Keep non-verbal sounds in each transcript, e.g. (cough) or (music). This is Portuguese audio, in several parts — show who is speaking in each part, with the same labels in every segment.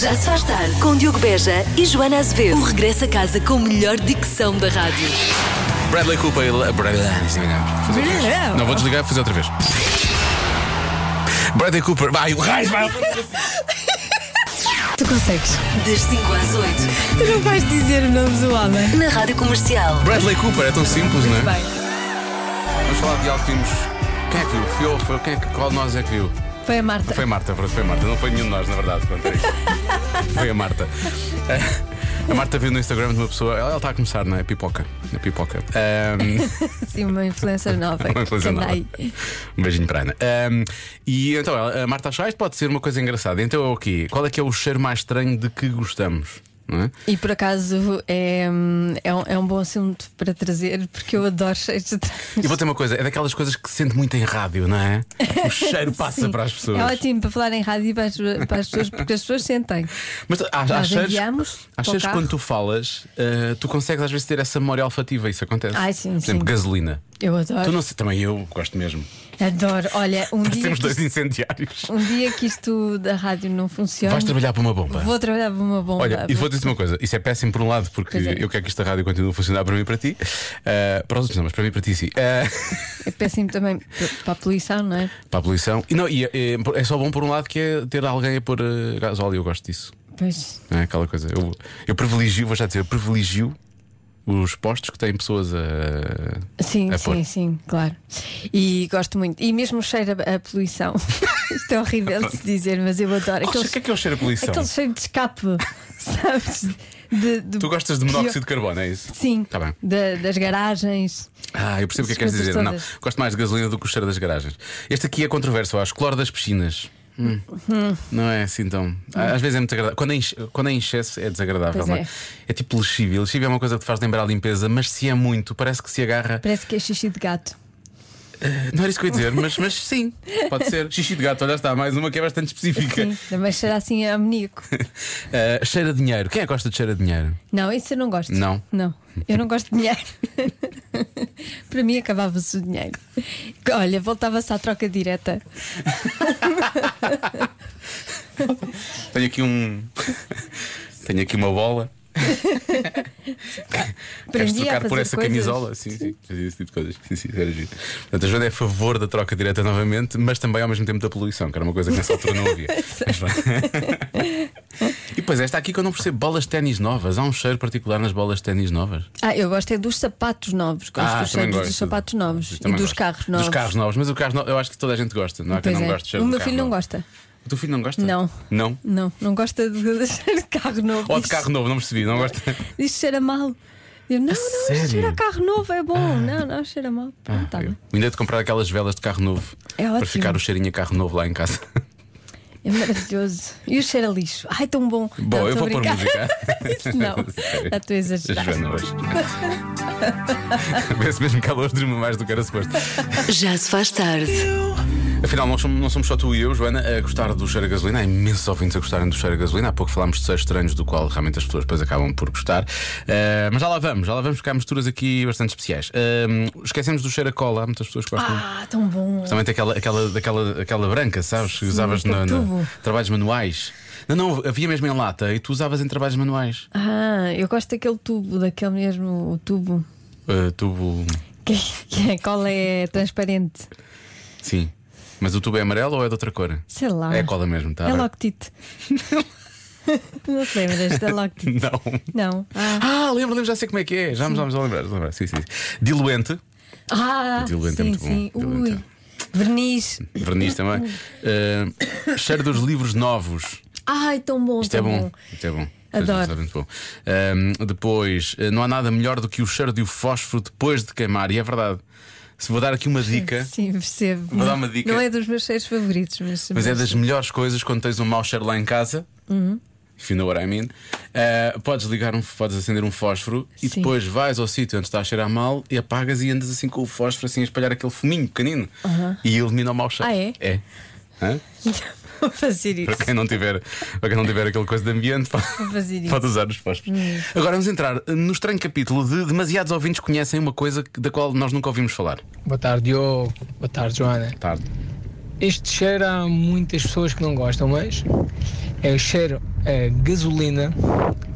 Speaker 1: Já se faz tarde com Diogo Beja e Joana Azevedo. O regresso a casa com a melhor dicção da rádio.
Speaker 2: Bradley Cooper e Le- Bradley- ah, Fazer outra vez. Não vou desligar, vou fazer outra vez. Bradley Cooper, vai, o raio, vai.
Speaker 3: Tu consegues.
Speaker 1: Das 5 às
Speaker 3: Tu não vais dizer o nome do homem.
Speaker 1: 8, na rádio comercial.
Speaker 2: Bradley Cooper, é tão simples, não é?
Speaker 3: Bem,
Speaker 2: Vamos falar de algo que vimos. Quem é que viu? Foi, foi, quem é que, qual de nós é que viu?
Speaker 3: foi a Marta.
Speaker 2: Foi a Marta, pronto, foi a Marta. Não foi nenhum de nós, na verdade. Pronto, é isso. Foi a Marta. Eh, A Marta viu no Instagram de uma pessoa. Ela ela está a começar, não é? Pipoca. A pipoca. Ahm,
Speaker 3: Sim, uma influencer nova.
Speaker 2: Não vamos fazer nada.
Speaker 3: Canai.
Speaker 2: Um beijinho para a Ana. Ahm, e então ela- a Marta achou, ah, isto pode ser uma coisa engraçada. Então é o quê? Qual é que é o cheiro mais estranho de que gostamos? Não é?
Speaker 3: E por acaso é, hum, é, um, é um bom assunto para trazer, porque eu adoro cheiros de trás.
Speaker 2: E vou ter uma coisa, é daquelas coisas que se sente muito em rádio, não
Speaker 3: (laughs)
Speaker 2: é? O cheiro passa para as pessoas.
Speaker 3: É ótimo para falar em rádio e para as, para as pessoas, porque as pessoas sentem.
Speaker 2: Mas tu- há, há
Speaker 3: tipo, Nós
Speaker 2: cheiros,
Speaker 3: enviamos
Speaker 2: há
Speaker 3: para o
Speaker 2: cheiros que
Speaker 3: carro.
Speaker 2: quando tu falas, ah, tu consegues às vezes ter essa memória olfativa, isso acontece.
Speaker 3: Ai, sim,
Speaker 2: Por exemplo,
Speaker 3: sim.
Speaker 2: gasolina.
Speaker 3: Eu
Speaker 2: Tu
Speaker 3: adoro.
Speaker 2: não sei, também eu gosto mesmo.
Speaker 3: Adoro. Olha, um dia, (laughs)
Speaker 2: Temos
Speaker 3: que
Speaker 2: dois
Speaker 3: isto,
Speaker 2: incendiários.
Speaker 3: um dia que isto da rádio não funciona,
Speaker 2: Vais trabalhar para uma bomba.
Speaker 3: vou trabalhar para uma bomba.
Speaker 2: Olha, e vou dizer-te uma coisa: isso é péssimo por um lado, porque
Speaker 3: Pois é.
Speaker 2: eu quero que esta rádio continue a funcionar para mim e para ti. Ah, para os outros não, mas para mim e para ti sim. Ah,
Speaker 3: É péssimo também para- para a poluição, não é?
Speaker 2: (laughs) para a poluição. E não, e é, é só bom por um lado que é ter alguém a pôr ah, gasóleo, eu gosto disso.
Speaker 3: Pois.
Speaker 2: Não é aquela coisa. Eu, eu privilegio, vou já dizer, eu privilegio os postos que têm pessoas a.
Speaker 3: Sim,
Speaker 2: a
Speaker 3: sim,
Speaker 2: pôr.
Speaker 3: sim, claro. E gosto muito. E mesmo cheiro a, a poluição. (laughs) Isto é horrível de se dizer, mas eu adoro.
Speaker 2: Qual- O
Speaker 3: Aqueles,
Speaker 2: que é que é o cheiro a poluição?
Speaker 3: aquele cheiro de escape, (laughs) sabes? De- de-
Speaker 2: Tu gostas de monóxido de carbono, é isso?
Speaker 3: Sim,
Speaker 2: Tá bem.
Speaker 3: da- das garagens.
Speaker 2: Ah, eu percebo o que é que queres
Speaker 3: Essas
Speaker 2: dizer.
Speaker 3: coisas
Speaker 2: Não,
Speaker 3: todas.
Speaker 2: gosto mais de gasolina do que o cheiro das garagens. Este aqui é controverso, eu acho. Cloro das piscinas. Hum. Não é assim tão. Às vezes é muito agradável. Quando é, enche- quando é em excesso é desagradável.
Speaker 3: Hum. Pois
Speaker 2: não é?
Speaker 3: é.
Speaker 2: É tipo lexívia. Lexívia é uma coisa que te faz lembrar a limpeza, mas se é muito, parece que se agarra.
Speaker 3: Parece que é xixi de gato.
Speaker 2: Não era isso que eu ia dizer, mas, mas sim, pode
Speaker 3: (laughs)
Speaker 2: ser. Xixi de gato, olha está, mais uma que é bastante específica. (laughs)
Speaker 3: Sim, também cheira assim a amoníaco.
Speaker 2: Ah, cheira a dinheiro. Quem é que gosta de cheira a dinheiro?
Speaker 3: Não, isso eu não gosto.
Speaker 2: Não?
Speaker 3: Não. Eu não gosto de dinheiro. (laughs) Para mim acabava-se o dinheiro. Olha, voltava-se à troca direta.
Speaker 2: Tenho aqui um. (laughs) Tenho aqui uma
Speaker 3: (laughs)
Speaker 2: bola. Queres
Speaker 3: Aprendi a
Speaker 2: trocar por
Speaker 3: fazer
Speaker 2: essa
Speaker 3: coisas.
Speaker 2: camisola? Sim, sim, fazia esse tipo de coisas. Sim, sim, era giro. Portanto, a Joana é a favor da troca direta novamente, mas também ao mesmo tempo da poluição, que era uma coisa que nessa altura não
Speaker 3: (laughs)
Speaker 2: havia. Mas bem. (laughs) e depois esta aqui que eu não percebo: bolas de ténis novas. Há um cheiro particular nas bolas de ténis novas.
Speaker 3: Ah, eu gosto é dos sapatos novos. Gosto dos
Speaker 2: Ah, também
Speaker 3: cheiros dos sapatos novos e
Speaker 2: Também
Speaker 3: dos
Speaker 2: gosto.
Speaker 3: carros novos.
Speaker 2: Dos carros novos, mas o carro novo, eu acho que toda a gente gosta, não há quem
Speaker 3: Pois
Speaker 2: não
Speaker 3: é.
Speaker 2: goste de cheiro
Speaker 3: O
Speaker 2: do
Speaker 3: meu
Speaker 2: carro
Speaker 3: filho não
Speaker 2: novo.
Speaker 3: gosta.
Speaker 2: O teu filho não gosta?
Speaker 3: Não.
Speaker 2: Não?
Speaker 3: Não, não gosta de, (laughs) de cheiro de carro novo.
Speaker 2: Ou de carro novo, não percebi, não
Speaker 3: (laughs)
Speaker 2: gosta?
Speaker 3: Diz que cheira mal. Eu, não, não,
Speaker 2: sério? Ah.
Speaker 3: cheira a carro novo, é bom. Não, não, cheira mal. Pronto, tá
Speaker 2: Eu
Speaker 3: bem.
Speaker 2: Ainda de comprar aquelas velas de carro novo
Speaker 3: É
Speaker 2: para
Speaker 3: ótimo.
Speaker 2: ficar o cheirinho a carro novo lá em casa.
Speaker 3: É maravilhoso. E o cheiro a lixo. Ai, tão bom.
Speaker 2: Bom,
Speaker 3: não,
Speaker 2: eu
Speaker 3: tô a
Speaker 2: vou pôr
Speaker 3: brincar.
Speaker 2: música.
Speaker 3: Isso
Speaker 2: (laughs)
Speaker 3: não. Tá Já estou a
Speaker 2: A
Speaker 3: exagerar.
Speaker 2: Joana hoje. Parece mesmo que ela hoje dorme mais do que era suposto.
Speaker 1: Já se faz tarde.
Speaker 2: Afinal, não somos, não somos só tu e eu, Joana, a gostar do cheiro a gasolina. Há imensos ouvintes a gostarem do cheiro a gasolina. Há pouco falámos de seis estranhos, do qual realmente as pessoas depois acabam por gostar. Eh, mas já lá vamos, já lá vamos, porque há misturas aqui bastante especiais. Eh, esquecemos do cheiro a cola, há muitas pessoas que gostam.
Speaker 3: (laughs) Ah, tão bom.
Speaker 2: Também tem aquela, aquela, daquela, aquela branca, sabes? que usavas
Speaker 3: com
Speaker 2: na, na-
Speaker 3: tubo.
Speaker 2: trabalhos manuais. Não, não, havia mesmo em lata e tu usavas em trabalhos manuais.
Speaker 3: Ah, eu gosto daquele tubo, daquele mesmo o tubo.
Speaker 2: Eh, tubo.
Speaker 3: Que, que a cola é transparente.
Speaker 2: Sim. Mas o tubo é amarelo ou é de outra cor?
Speaker 3: Sei lá.
Speaker 2: É a cola mesmo, tá?
Speaker 3: É Loctite. (laughs) não te lembras da
Speaker 2: (laughs)
Speaker 3: Loctite?
Speaker 2: Não.
Speaker 3: Não. Ah,
Speaker 2: Ah, lembro, lembro, já sei como é que é. Já vamos, vamos lembrar, vamos lembrar. Sim, sim. Diluente,
Speaker 3: ah
Speaker 2: Diluente é
Speaker 3: sim,
Speaker 2: muito bom.
Speaker 3: sim.
Speaker 2: Diluente é-
Speaker 3: Ui. Verniz.
Speaker 2: verniz também. Ah, é? (coughs) cheiro dos livros novos.
Speaker 3: Ai, tão bom,
Speaker 2: Isto
Speaker 3: tão
Speaker 2: é bom. Isto é bom. Cheiro dos
Speaker 3: Adoro.
Speaker 2: livros é muito bom. Ah, depois, ah, não há nada melhor do que o cheiro de o fósforo depois de queimar. E é verdade. Se vou dar aqui uma dica.
Speaker 3: (laughs) Sim, percebo.
Speaker 2: Vou dar uma dica.
Speaker 3: Não é dos meus cheiros favoritos, mas.
Speaker 2: Mas é das melhores coisas quando tens um mau cheiro lá em casa.
Speaker 3: Uhum.
Speaker 2: If you know what I mean. Uh, podes ligar um, podes acender um fósforo e
Speaker 3: Sim.
Speaker 2: depois vais ao sítio onde está a cheirar mal e apagas e andas assim com o fósforo assim a espalhar aquele fuminho pequenino e elimina o mau cheiro.
Speaker 3: Ah, é?
Speaker 2: É. Hã?
Speaker 3: (laughs) Vou fazer
Speaker 2: Para
Speaker 3: isso.
Speaker 2: quem não tiver, para quem não tiver aquele coisa de ambiente, pode,
Speaker 3: fazer isso.
Speaker 2: pode usar os fósforos. Agora vamos entrar no estranho capítulo de demasiados ouvintes conhecem uma coisa que- da qual nós nunca ouvimos falar. Tá.
Speaker 4: Boa tarde, Diogo. Boa tarde, Joana.
Speaker 2: Tarde.
Speaker 4: Este cheiro há muitas pessoas que não gostam, mas é o cheiro eh, gasolina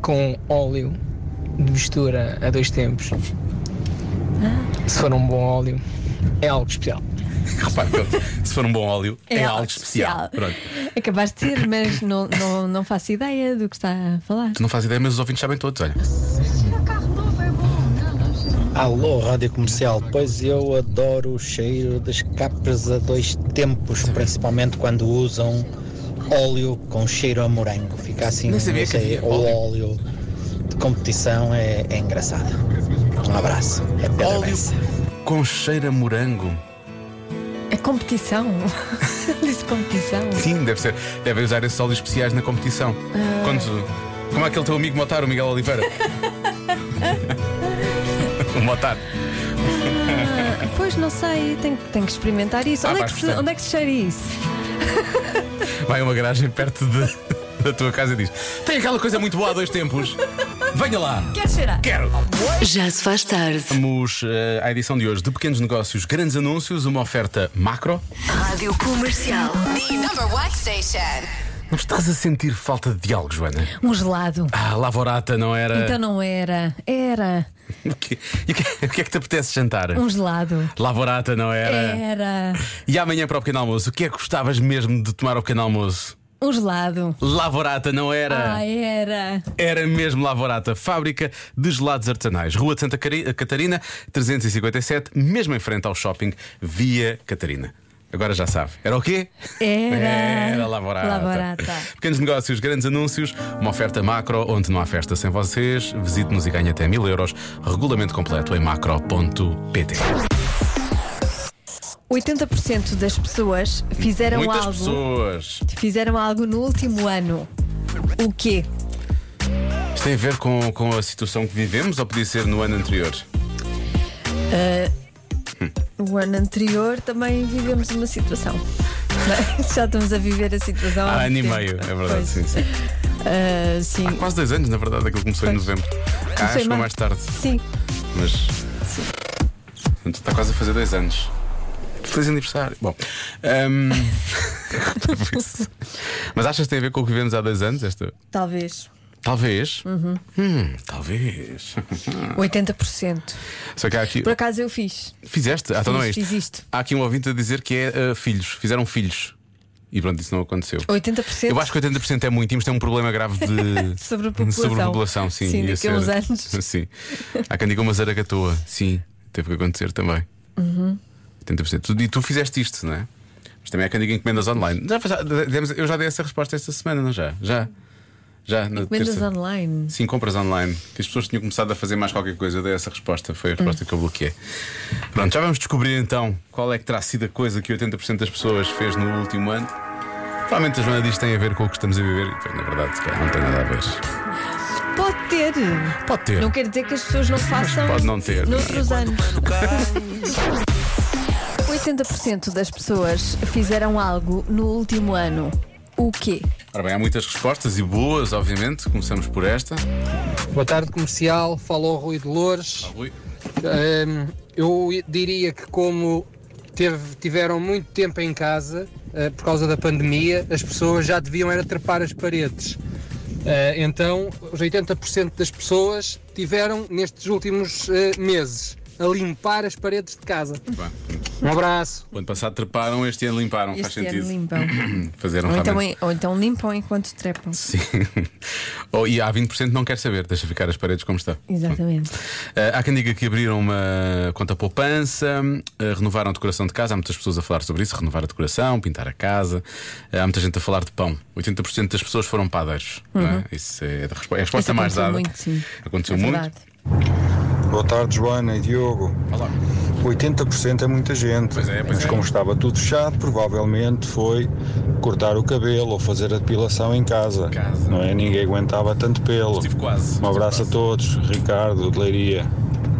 Speaker 4: com óleo de mistura a dois tempos. Se for um bom óleo, é algo especial.
Speaker 2: Repare, pronto, se for um bom óleo, (laughs) é, algo especial. Pronto.
Speaker 3: Acabaste de ter, mas não, não, não faço ideia do que está a falar.
Speaker 2: Tu não fazes ideia, mas os ouvintes sabem todos, olha.
Speaker 5: Alô, Rádio Comercial, pois eu adoro o cheiro das capas a dois tempos, principalmente quando usam óleo com cheiro a morango. Fica assim,
Speaker 2: Nem sabia
Speaker 5: não
Speaker 2: que
Speaker 5: sei,
Speaker 2: havia
Speaker 5: ou
Speaker 2: óleo.
Speaker 5: óleo de competição é, é engraçado. Um abraço, é Pedro
Speaker 2: Óleo
Speaker 5: Bessa.
Speaker 2: com cheiro a morango.
Speaker 3: É competição. (laughs) Diz competição.
Speaker 2: Sim, deve ser. Devem usar esses óleos especiais na competição. Quando, como é aquele teu amigo Motar, o Miguel (laughs) Oliveira. o Motar.
Speaker 3: Ah, pois não sei, tenho, tenho que experimentar isso.
Speaker 2: Ah,
Speaker 3: onde, é
Speaker 2: vais
Speaker 3: que se,
Speaker 2: gostar.
Speaker 3: onde é que se cheira isso?
Speaker 2: Vai a uma garagem perto de- (laughs) da tua casa e diz: Tem aquela coisa muito boa há dois tempos. Venha lá.
Speaker 3: Quer cheirar?
Speaker 2: Quero.
Speaker 1: Já se faz tarde.
Speaker 2: Vamos eh, à edição de hoje de Pequenos Negócios, Grandes Anúncios, uma oferta macro.
Speaker 1: Rádio Comercial.
Speaker 6: The number one station.
Speaker 2: Não estás a sentir falta de algo, Joana?
Speaker 3: Um gelado.
Speaker 2: Ah, lavorata não era.
Speaker 3: Então não era. Era.
Speaker 2: (laughs) O, que, e o que- o que é que te apetece jantar?
Speaker 3: Um É. gelado.
Speaker 2: Lavorata não era.
Speaker 3: Era.
Speaker 2: E amanhã para o pequeno almoço, o que é que gostavas mesmo de tomar ao pequeno almoço?
Speaker 3: Um gelado.
Speaker 2: Lavorata não era.
Speaker 3: Ah, era.
Speaker 2: Era mesmo Lavorata, fábrica de gelados artesanais. Rua de Santa Cari- Catarina, 357, mesmo em frente ao shopping Via Catarina. Agora já sabe. Era o quê?
Speaker 3: Era.
Speaker 2: Era Lavorata.
Speaker 3: Laborata.
Speaker 2: Pequenos negócios, grandes anúncios, uma oferta macro, onde não há festa sem vocês. Visite-nos e ganhe até mil euros. Regulamento completo em macro.pt.
Speaker 3: 80% das pessoas fizeram
Speaker 2: Muitas
Speaker 3: algo.
Speaker 2: pessoas.
Speaker 3: Fizeram algo no último ano. O quê?
Speaker 2: Isto tem a ver com, com a situação que vivemos ou podia ser no ano anterior?
Speaker 3: O ano anterior também vivemos uma situação. (laughs) Já estamos a viver a situação.
Speaker 2: Há ano e
Speaker 3: muito
Speaker 2: meio, é
Speaker 3: tempo.
Speaker 2: verdade,
Speaker 3: Pois.
Speaker 2: sim, sim.
Speaker 3: Ah, sim.
Speaker 2: Há quase dois anos, na verdade, aquilo começou em
Speaker 3: Pois.
Speaker 2: novembro. Cá
Speaker 3: Não sei
Speaker 2: chegou mais tarde.
Speaker 3: Sim.
Speaker 2: mas. Portanto, está quase a fazer dois anos. Feliz aniversário. Bom. ahm, (laughs) mas achas que tem a ver com o que vivemos há dois anos? Esta?
Speaker 3: Talvez.
Speaker 2: Talvez. Hum, talvez. Hum.
Speaker 3: 80%.
Speaker 2: Só que há aqui.
Speaker 3: Por acaso eu fiz.
Speaker 2: Fizeste? Ah, então não é
Speaker 3: Fiz-
Speaker 2: isto.
Speaker 3: fiz isto.
Speaker 2: Há aqui um ouvinte a dizer que é ah, filhos. Fizeram filhos. E pronto, isso não aconteceu.
Speaker 3: 80%
Speaker 2: Eu acho que 80% é muito, e isto é um problema grave
Speaker 3: (laughs)
Speaker 2: de
Speaker 3: Sobrepopulação.
Speaker 2: sobrepopulação, sim.
Speaker 3: Sim,
Speaker 2: ia
Speaker 3: daqui a uns anos.
Speaker 2: (laughs) Sim. Há quem diga uma zaragatoa, sim, teve que acontecer também.
Speaker 3: Uhum.
Speaker 2: 80%. Tu- E tu fizeste isto, não é? Mas também há quem diga encomendas online. Já, já- demos- eu já dei essa resposta esta semana, não já? Já. Já, na
Speaker 3: Vendas
Speaker 2: terça.
Speaker 3: online.
Speaker 2: Sim, compras online. Que as pessoas tinham começado a fazer mais qualquer coisa. Eu dei essa resposta. Foi a resposta que eu bloqueei. Pronto, já vamos descobrir então qual é que terá sido a coisa que 80% das pessoas fez no último ano. Provavelmente a Joana diz que tem a ver com o que estamos a viver. E, pois, na verdade, se calhar não tem nada a ver.
Speaker 3: Pode ter.
Speaker 2: Pode ter.
Speaker 3: Não quer dizer que as pessoas não façam
Speaker 2: pode não ter.
Speaker 3: noutros anos. 80% das pessoas fizeram algo no último ano. O quê?
Speaker 2: Ora bem, há muitas respostas e boas, obviamente. Começamos por esta.
Speaker 4: Boa tarde, comercial. Falou Rui Dolores.
Speaker 2: Rui.
Speaker 4: Ahm, eu diria que como teve- tiveram muito tempo em casa ah, por causa da pandemia, as pessoas já deviam era trepar as paredes. Ah, então, os 80% das pessoas tiveram nestes últimos ah, meses a limpar as paredes de casa.
Speaker 2: Bem,
Speaker 4: Um abraço.
Speaker 2: o ano passado treparam, este ano limparam. Faz
Speaker 3: Este
Speaker 2: sentido.
Speaker 3: ano limpam.
Speaker 2: (coughs) Fazeram
Speaker 3: Ou então,
Speaker 2: realmente.
Speaker 3: ou então limpam enquanto trepam.
Speaker 2: Sim. (laughs) Oh, e há 20% que não quer saber. Deixa ficar as paredes como está.
Speaker 3: Exatamente.
Speaker 2: Uh, há quem diga que abriram uma conta poupança, uh, renovaram a decoração de casa. Há muitas pessoas a falar sobre isso: renovar a decoração, pintar a casa. Uh, há muita gente a falar de pão. 80% das pessoas foram padeiros. não é? Isso é a resposta, é a resposta
Speaker 3: Uhum. Isso
Speaker 2: mais
Speaker 3: aconteceu
Speaker 2: dada.
Speaker 3: muito, sim.
Speaker 2: Aconteceu
Speaker 3: É
Speaker 2: muito.
Speaker 3: verdade.
Speaker 7: Boa tarde, Joana e Diogo.
Speaker 2: Olá.
Speaker 7: 80% é muita gente.
Speaker 2: Pois é, pois
Speaker 7: mas
Speaker 2: é.
Speaker 7: como estava tudo fechado, provavelmente foi cortar o cabelo ou fazer a depilação em casa.
Speaker 2: Casa.
Speaker 7: Não é? Ninguém aguentava tanto pelo.
Speaker 2: Estive quase.
Speaker 7: Um abraço a todos. Ricardo, de Leiria.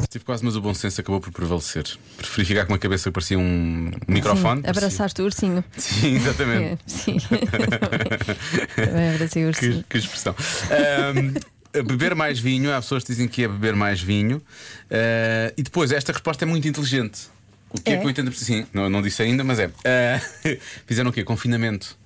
Speaker 2: Estive quase, mas o bom senso acabou por prevalecer. Preferi ficar com uma cabeça que parecia um microfone.
Speaker 3: Sim, É. abraçaste o ursinho.
Speaker 2: Parecia- Sim,
Speaker 3: (laughs)
Speaker 2: exatamente.
Speaker 3: Sim. Também abracei o ursinho.
Speaker 2: que, que expressão. Ahm, beber mais vinho, há pessoas que dizem que é beber mais vinho. Ah, e depois, esta resposta é muito inteligente. O que é, (laughs)
Speaker 3: É?
Speaker 2: que eu entendo por si? Sim, não, não disse ainda, mas é. Ah, fizeram o quê? Confinamento.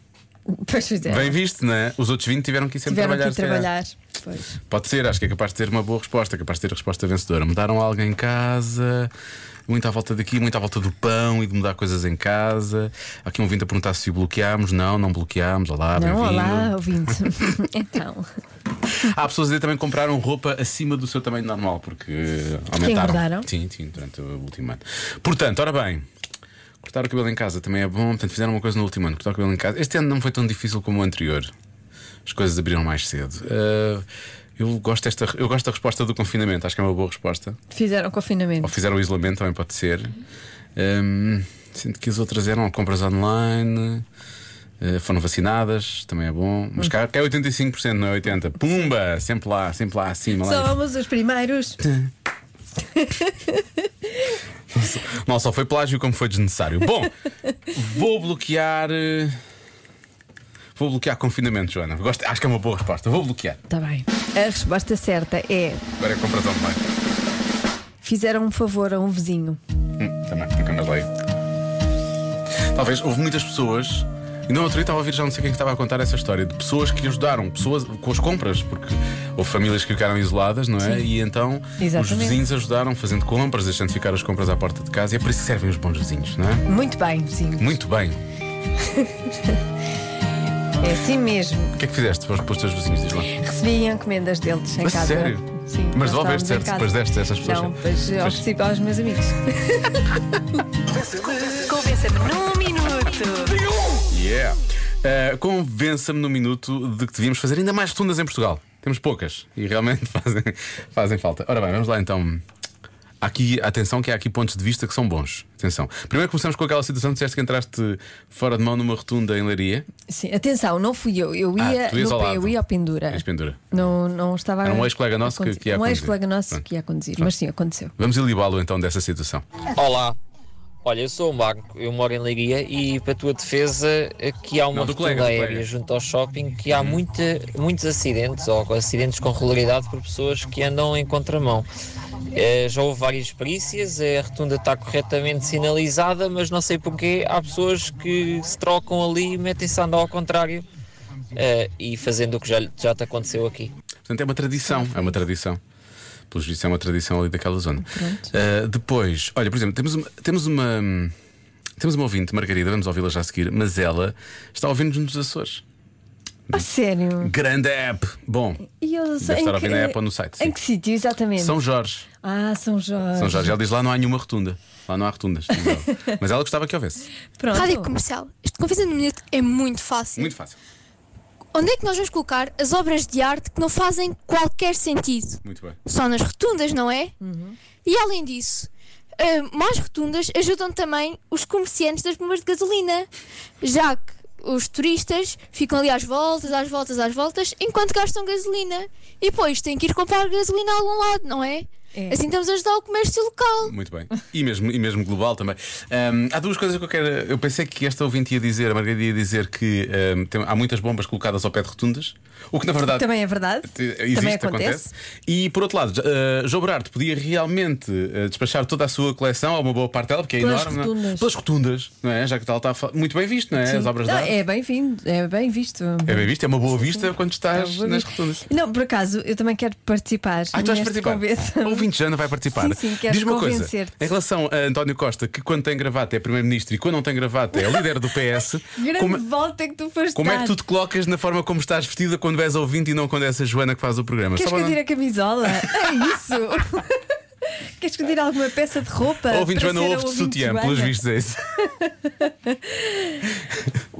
Speaker 3: Pois fizeram.
Speaker 2: Bem visto, não é? Os outros 20 tiveram que ir sempre trabalhar.
Speaker 3: Tiveram que ir
Speaker 2: se calhar.
Speaker 3: trabalhar. Pois.
Speaker 2: Pode ser, acho que é capaz de ter uma boa resposta, é capaz de ter a resposta vencedora. Mudaram algo em casa, muito à volta daqui, muito à volta do pão e de mudar coisas em casa. Há Aqui um ouvinte a perguntar se o bloqueámos. Não, não bloqueámos. Olá,
Speaker 3: Não,
Speaker 2: bem-vindo.
Speaker 3: olá, ouvinte. (laughs) então,
Speaker 2: Há pessoas a dizer também que compraram roupa acima do seu tamanho normal, porque eh, aumentaram.
Speaker 3: engordaram.
Speaker 2: Sim, sim, durante o último ano. Portanto, ora bem. Cortar o cabelo em casa também é bom, portanto fizeram uma coisa no último ano, cortar o cabelo em casa. Este ano não foi tão difícil como o anterior. As coisas abriram mais cedo. Eh, eu, gosto desta, eu gosto da resposta do confinamento, acho que é uma boa resposta.
Speaker 3: fizeram
Speaker 2: Ou
Speaker 3: confinamento.
Speaker 2: fizeram o isolamento, também pode ser. Hum, sinto que as outras eram compras online, eh, foram vacinadas, também é bom. Mas cá, cá é 85%, não é 80%. Pumba! Sempre lá, sempre lá acima. Lá.
Speaker 3: Somos os primeiros.
Speaker 2: Não, só foi plágio como foi desnecessário. Bom, vou bloquear. eh, Vou bloquear confinamento, Joana. Gosto, acho que é uma boa resposta. Vou bloquear.
Speaker 3: Está Tá bem. A resposta certa é:
Speaker 2: Agora é compras online.
Speaker 3: fizeram um favor a um vizinho.
Speaker 2: Hum, Também, nunca mais leio. Talvez houve muitas pessoas. E não outro dia estava a ouvir, já não sei quem que estava a contar essa história, de pessoas que ajudaram, pessoas com as compras, porque houve famílias que ficaram isoladas, não é? E então os
Speaker 3: Exatamente.
Speaker 2: vizinhos ajudaram fazendo compras, deixando ficar as compras à porta de casa, e é para isso que servem os bons vizinhos, não é?
Speaker 3: Muito bem, vizinho.
Speaker 2: Muito bem.
Speaker 3: É assim mesmo.
Speaker 2: O que é que fizeste para os, para os teus vizinhos, diz lá?
Speaker 3: Recebi encomendas deles em
Speaker 2: Mas
Speaker 3: casa.
Speaker 2: sério?
Speaker 3: Sim,
Speaker 2: Mas
Speaker 3: nós
Speaker 2: devolveste,
Speaker 3: estávamos em
Speaker 2: certo?
Speaker 3: casa.
Speaker 2: Depois deste a essas pessoas?
Speaker 3: Não, pois
Speaker 2: Pois.
Speaker 3: ofereci aos meus amigos.
Speaker 1: Convença-me num minuto.
Speaker 2: Yeah! Ah, Convença-me no minuto de que devíamos fazer ainda mais rotundas em Portugal. Temos poucas e realmente (laughs) fazem, fazem falta. Ora bem, vamos lá então. Há Aqui, atenção, que há aqui pontos de vista que são bons. Atenção. Primeiro começamos com aquela situação: disseste que entraste fora de mão numa rotunda em Leiria.
Speaker 3: Sim, atenção, não fui eu. Eu
Speaker 2: Ah,
Speaker 3: ia,
Speaker 2: tu ias
Speaker 3: no
Speaker 2: ao
Speaker 3: pé,
Speaker 2: lado.
Speaker 3: eu ia ao pendura.
Speaker 2: És pendura.
Speaker 3: Não, não estava
Speaker 2: Era um
Speaker 3: a-
Speaker 2: ex-colega nosso
Speaker 3: a
Speaker 2: que-
Speaker 3: acontecer.
Speaker 2: que ia
Speaker 3: Um
Speaker 2: conduzir.
Speaker 3: ex-colega nosso
Speaker 2: Pronto.
Speaker 3: que ia conduzir, mas sim, aconteceu.
Speaker 2: Vamos ilibá-lo então dessa situação.
Speaker 8: Olá. Olha, eu sou o Marco, eu moro em Leiria e para a tua defesa aqui há uma
Speaker 2: Não, do colega,
Speaker 8: rotunda
Speaker 2: do colega.
Speaker 8: aérea junto ao shopping que há muita- muitos acidentes ou acidentes com regularidade por pessoas que andam em contramão. Eh, já houve várias perícias, eh, a rotunda está corretamente sinalizada, mas não sei porquê há pessoas que se trocam ali e metem-se a andar ao contrário eh, e fazendo o que já, já te aconteceu aqui.
Speaker 2: Portanto, é uma tradição. É uma tradição. Pelos vistos, é uma tradição ali daquela zona. Ah, depois, olha, por exemplo, temos uma. Temos uma temos uma ouvinte, Margarida, vamos ouvi-la já a seguir, mas ela está ouvindo-nos nos Açores.
Speaker 3: A sério?
Speaker 2: Grande app! Bom,
Speaker 3: E eu
Speaker 2: Deve estar a ouvir na app ou no site, sim.
Speaker 3: Em que sítio, exatamente?
Speaker 2: São Jorge.
Speaker 3: Ah, São Jorge.
Speaker 2: São Jorge. Ela diz lá não há nenhuma rotunda. Lá não há rotundas. (laughs) Mas ela gostava que houvesse.
Speaker 3: Pronto.
Speaker 9: Rádio Comercial. Este Confiança no Minuto é muito fácil.
Speaker 2: Muito fácil.
Speaker 9: Onde é que nós vamos colocar as obras de arte que não fazem qualquer sentido?
Speaker 2: Muito bem.
Speaker 9: Só nas rotundas, não é?
Speaker 3: Uhum.
Speaker 9: E além disso, eh, mais rotundas ajudam também os comerciantes das bombas de gasolina, já que os turistas ficam ali às voltas, às voltas, às voltas, enquanto gastam gasolina. E depois têm que ir comprar gasolina a algum lado, não é?
Speaker 3: É.
Speaker 9: Assim estamos a ajudar o comércio local.
Speaker 2: Muito bem. E mesmo, e mesmo global também. Ahm, há duas coisas que eu quero. Eu pensei que esta ouvinte ia dizer, a Margarida ia dizer que ahm, tem- há muitas bombas colocadas ao pé de rotundas. O que na verdade.
Speaker 3: Também é verdade.
Speaker 2: Te- Existe,
Speaker 3: Também
Speaker 2: acontece. E por outro lado, uh, João Berardo podia realmente uh, despachar toda a sua coleção, ou uma boa parte dela, porque é
Speaker 3: Pelas
Speaker 2: enorme. não é?
Speaker 3: rotundas.
Speaker 2: Pelas rotundas, não é? Já que tal está a fa- muito bem visto, não é? As
Speaker 3: Sim.
Speaker 2: obras de
Speaker 3: Não,
Speaker 2: arte.
Speaker 3: é bem vindo, é bem visto.
Speaker 2: É bem visto, é uma boa vista quando estás
Speaker 3: É bem
Speaker 2: nas
Speaker 3: visto.
Speaker 2: rotundas.
Speaker 3: Não, por acaso, eu também quero participar.
Speaker 2: Ah, tu vais
Speaker 3: neste
Speaker 2: participar. (laughs)
Speaker 3: convença-
Speaker 2: A ouvinte Jana vai participar.
Speaker 3: Sim, sim, quero
Speaker 2: Diz uma coisa:
Speaker 3: convencer-te.
Speaker 2: em relação a António Costa, que quando tem gravata é primeiro-ministro e quando não tem gravata é líder do PS,
Speaker 3: (laughs) Grande
Speaker 2: como, é-
Speaker 3: volta que tu foste
Speaker 2: como é
Speaker 3: dar.
Speaker 2: que tu te colocas na forma como estás vestida quando és ouvinte e não quando és a Joana que faz o programa?
Speaker 3: Queres
Speaker 2: Só
Speaker 3: que eu
Speaker 2: para-
Speaker 3: tire a camisola? é isso! (laughs) Queres que eu tire alguma peça de roupa?
Speaker 2: Ouvinte
Speaker 3: para
Speaker 2: Joana
Speaker 3: ser a
Speaker 2: ouve de
Speaker 3: ouvinte
Speaker 2: sutiã,
Speaker 3: Joana?
Speaker 2: pelos vistos é isso.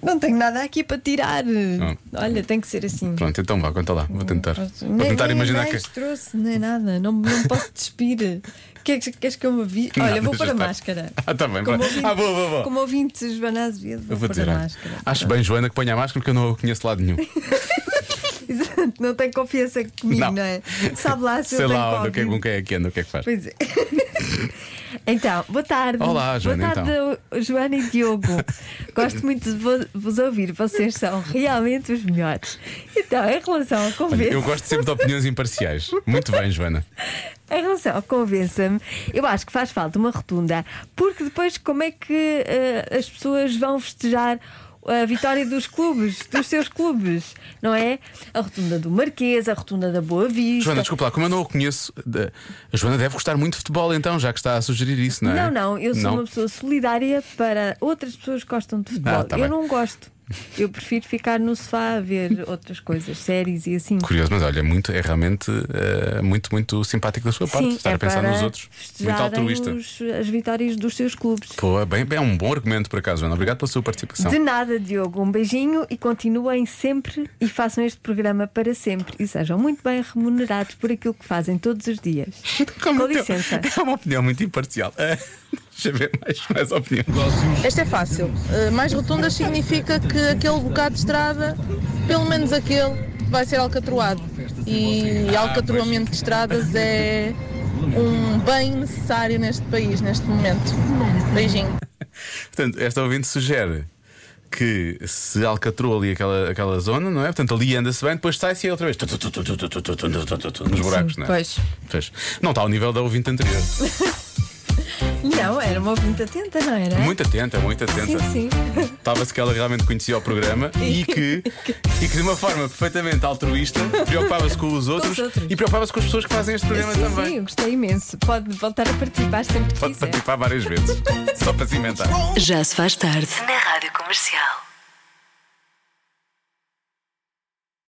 Speaker 3: Não tenho nada aqui para tirar.
Speaker 2: Não.
Speaker 3: Olha, tem que ser assim.
Speaker 2: Pronto, então vá, conta lá, vou tentar. Vou
Speaker 3: Hum, Nem-
Speaker 2: tentar
Speaker 3: nem
Speaker 2: imaginar que.
Speaker 3: mais trouxe, nem nada, não, não posso despir. (laughs) Queres, queres que eu me vi? Olha,
Speaker 2: Nada,
Speaker 3: vou
Speaker 2: já
Speaker 3: pôr a
Speaker 2: está.
Speaker 3: máscara.
Speaker 2: (laughs) Ah, tá bem,
Speaker 3: Como
Speaker 2: vai.
Speaker 3: ouvinte-
Speaker 2: Ah, boa, boa, boa.
Speaker 3: Como ouvinte, Joana Azevedo,
Speaker 2: Eu
Speaker 3: vou,
Speaker 2: vou
Speaker 3: pôr
Speaker 2: dizer,
Speaker 3: a
Speaker 2: ah,
Speaker 3: máscara.
Speaker 2: acho bem, Joana, que ponha a máscara porque eu não a conheço de lado nenhum.
Speaker 3: (laughs) não tem confiança comigo,
Speaker 2: Não.
Speaker 3: não, é? Sabe lá se
Speaker 2: Sei
Speaker 3: eu tenho
Speaker 2: lá onde, o que é,
Speaker 3: Covid.
Speaker 2: com quem é que anda, o que é que faz.
Speaker 3: Pois é. (laughs) Então, boa tarde.
Speaker 2: Olá, Joana, então.
Speaker 3: Boa tarde, Joana e Diogo.
Speaker 2: (laughs)
Speaker 3: Gosto muito de vo- vos ouvir. Vocês são realmente os melhores. Então, em relação ao
Speaker 2: Olha,
Speaker 3: convença
Speaker 2: eu gosto sempre de opiniões imparciais. Muito bem,
Speaker 3: (laughs)
Speaker 2: Joana.
Speaker 3: em relação ao convença-me, eu acho que faz falta uma rotunda, porque depois como é que eh, as pessoas vão festejar a vitória dos clubes, dos seus clubes, não é? A rotunda do Marquês, a rotunda da Boa Vista.
Speaker 2: Joana, desculpa lá, como eu não a conheço, de- a Joana deve gostar muito de futebol, então, já que está a sugerir isso, não é?
Speaker 3: Não, não, eu sou uma pessoa solidária para outras pessoas que gostam de futebol.
Speaker 2: Ah, tá
Speaker 3: eu
Speaker 2: bem.
Speaker 3: não gosto. Eu prefiro ficar no sofá a
Speaker 2: (laughs)
Speaker 3: ver outras coisas, séries e assim.
Speaker 2: Curioso, mas olha, muito, é realmente eh, muito, muito simpático da sua parte, estar
Speaker 3: é
Speaker 2: a pensar
Speaker 3: para
Speaker 2: nos outros. Muito
Speaker 3: festejarem
Speaker 2: altruísta.
Speaker 3: os- as vitórias dos seus clubes.
Speaker 2: Pô, é bem, bem, é um bom argumento, por acaso, Joana. Obrigado pela sua participação.
Speaker 3: De nada, Diogo. Um beijinho e continuem sempre e façam este programa para sempre e sejam muito bem remunerados por aquilo que fazem todos os dias.
Speaker 2: Como
Speaker 3: Com
Speaker 2: teu-
Speaker 3: licença.
Speaker 2: (laughs) É uma opinião muito imparcial. (laughs) Eh, Deixa eu ver mais, mais opinião.
Speaker 9: Esta é fácil. Uh, mais rotundas significa que aquele bocado de estrada, pelo menos aquele, vai ser alcatroado. E alcatroamento de estradas é um bem necessário neste país, neste momento. Beijinho.
Speaker 2: Portanto, esta ouvinte sugere que se alcatrou ali aquela, aquela zona, não é? Portanto, ali anda-se bem, depois sai-se e é outra vez. Tu, tu, tu, tu, tu, tu, tu, tu, tu, tu, tu, tu, Nos buracos, não é?
Speaker 10: Pois.
Speaker 2: Pois. Não está ao nível da ouvinte anterior.
Speaker 3: Não, era uma ouvinte atenta, não era?
Speaker 2: Muito atenta, muito atenta.
Speaker 3: É? Sim, sim.
Speaker 2: Estava-se que ela realmente conhecia o programa e que, e que de uma forma perfeitamente altruísta preocupava-se com os outros,
Speaker 10: outros.
Speaker 2: e preocupava-se com as pessoas que fazem este programa
Speaker 10: sim,
Speaker 2: também.
Speaker 10: sim, eu gostei imenso. Pode voltar a participar sempre que
Speaker 2: Pode
Speaker 10: quiser.
Speaker 2: participar várias vezes, só para cimentar.
Speaker 1: Já se faz tarde. Na Rádio Comercial.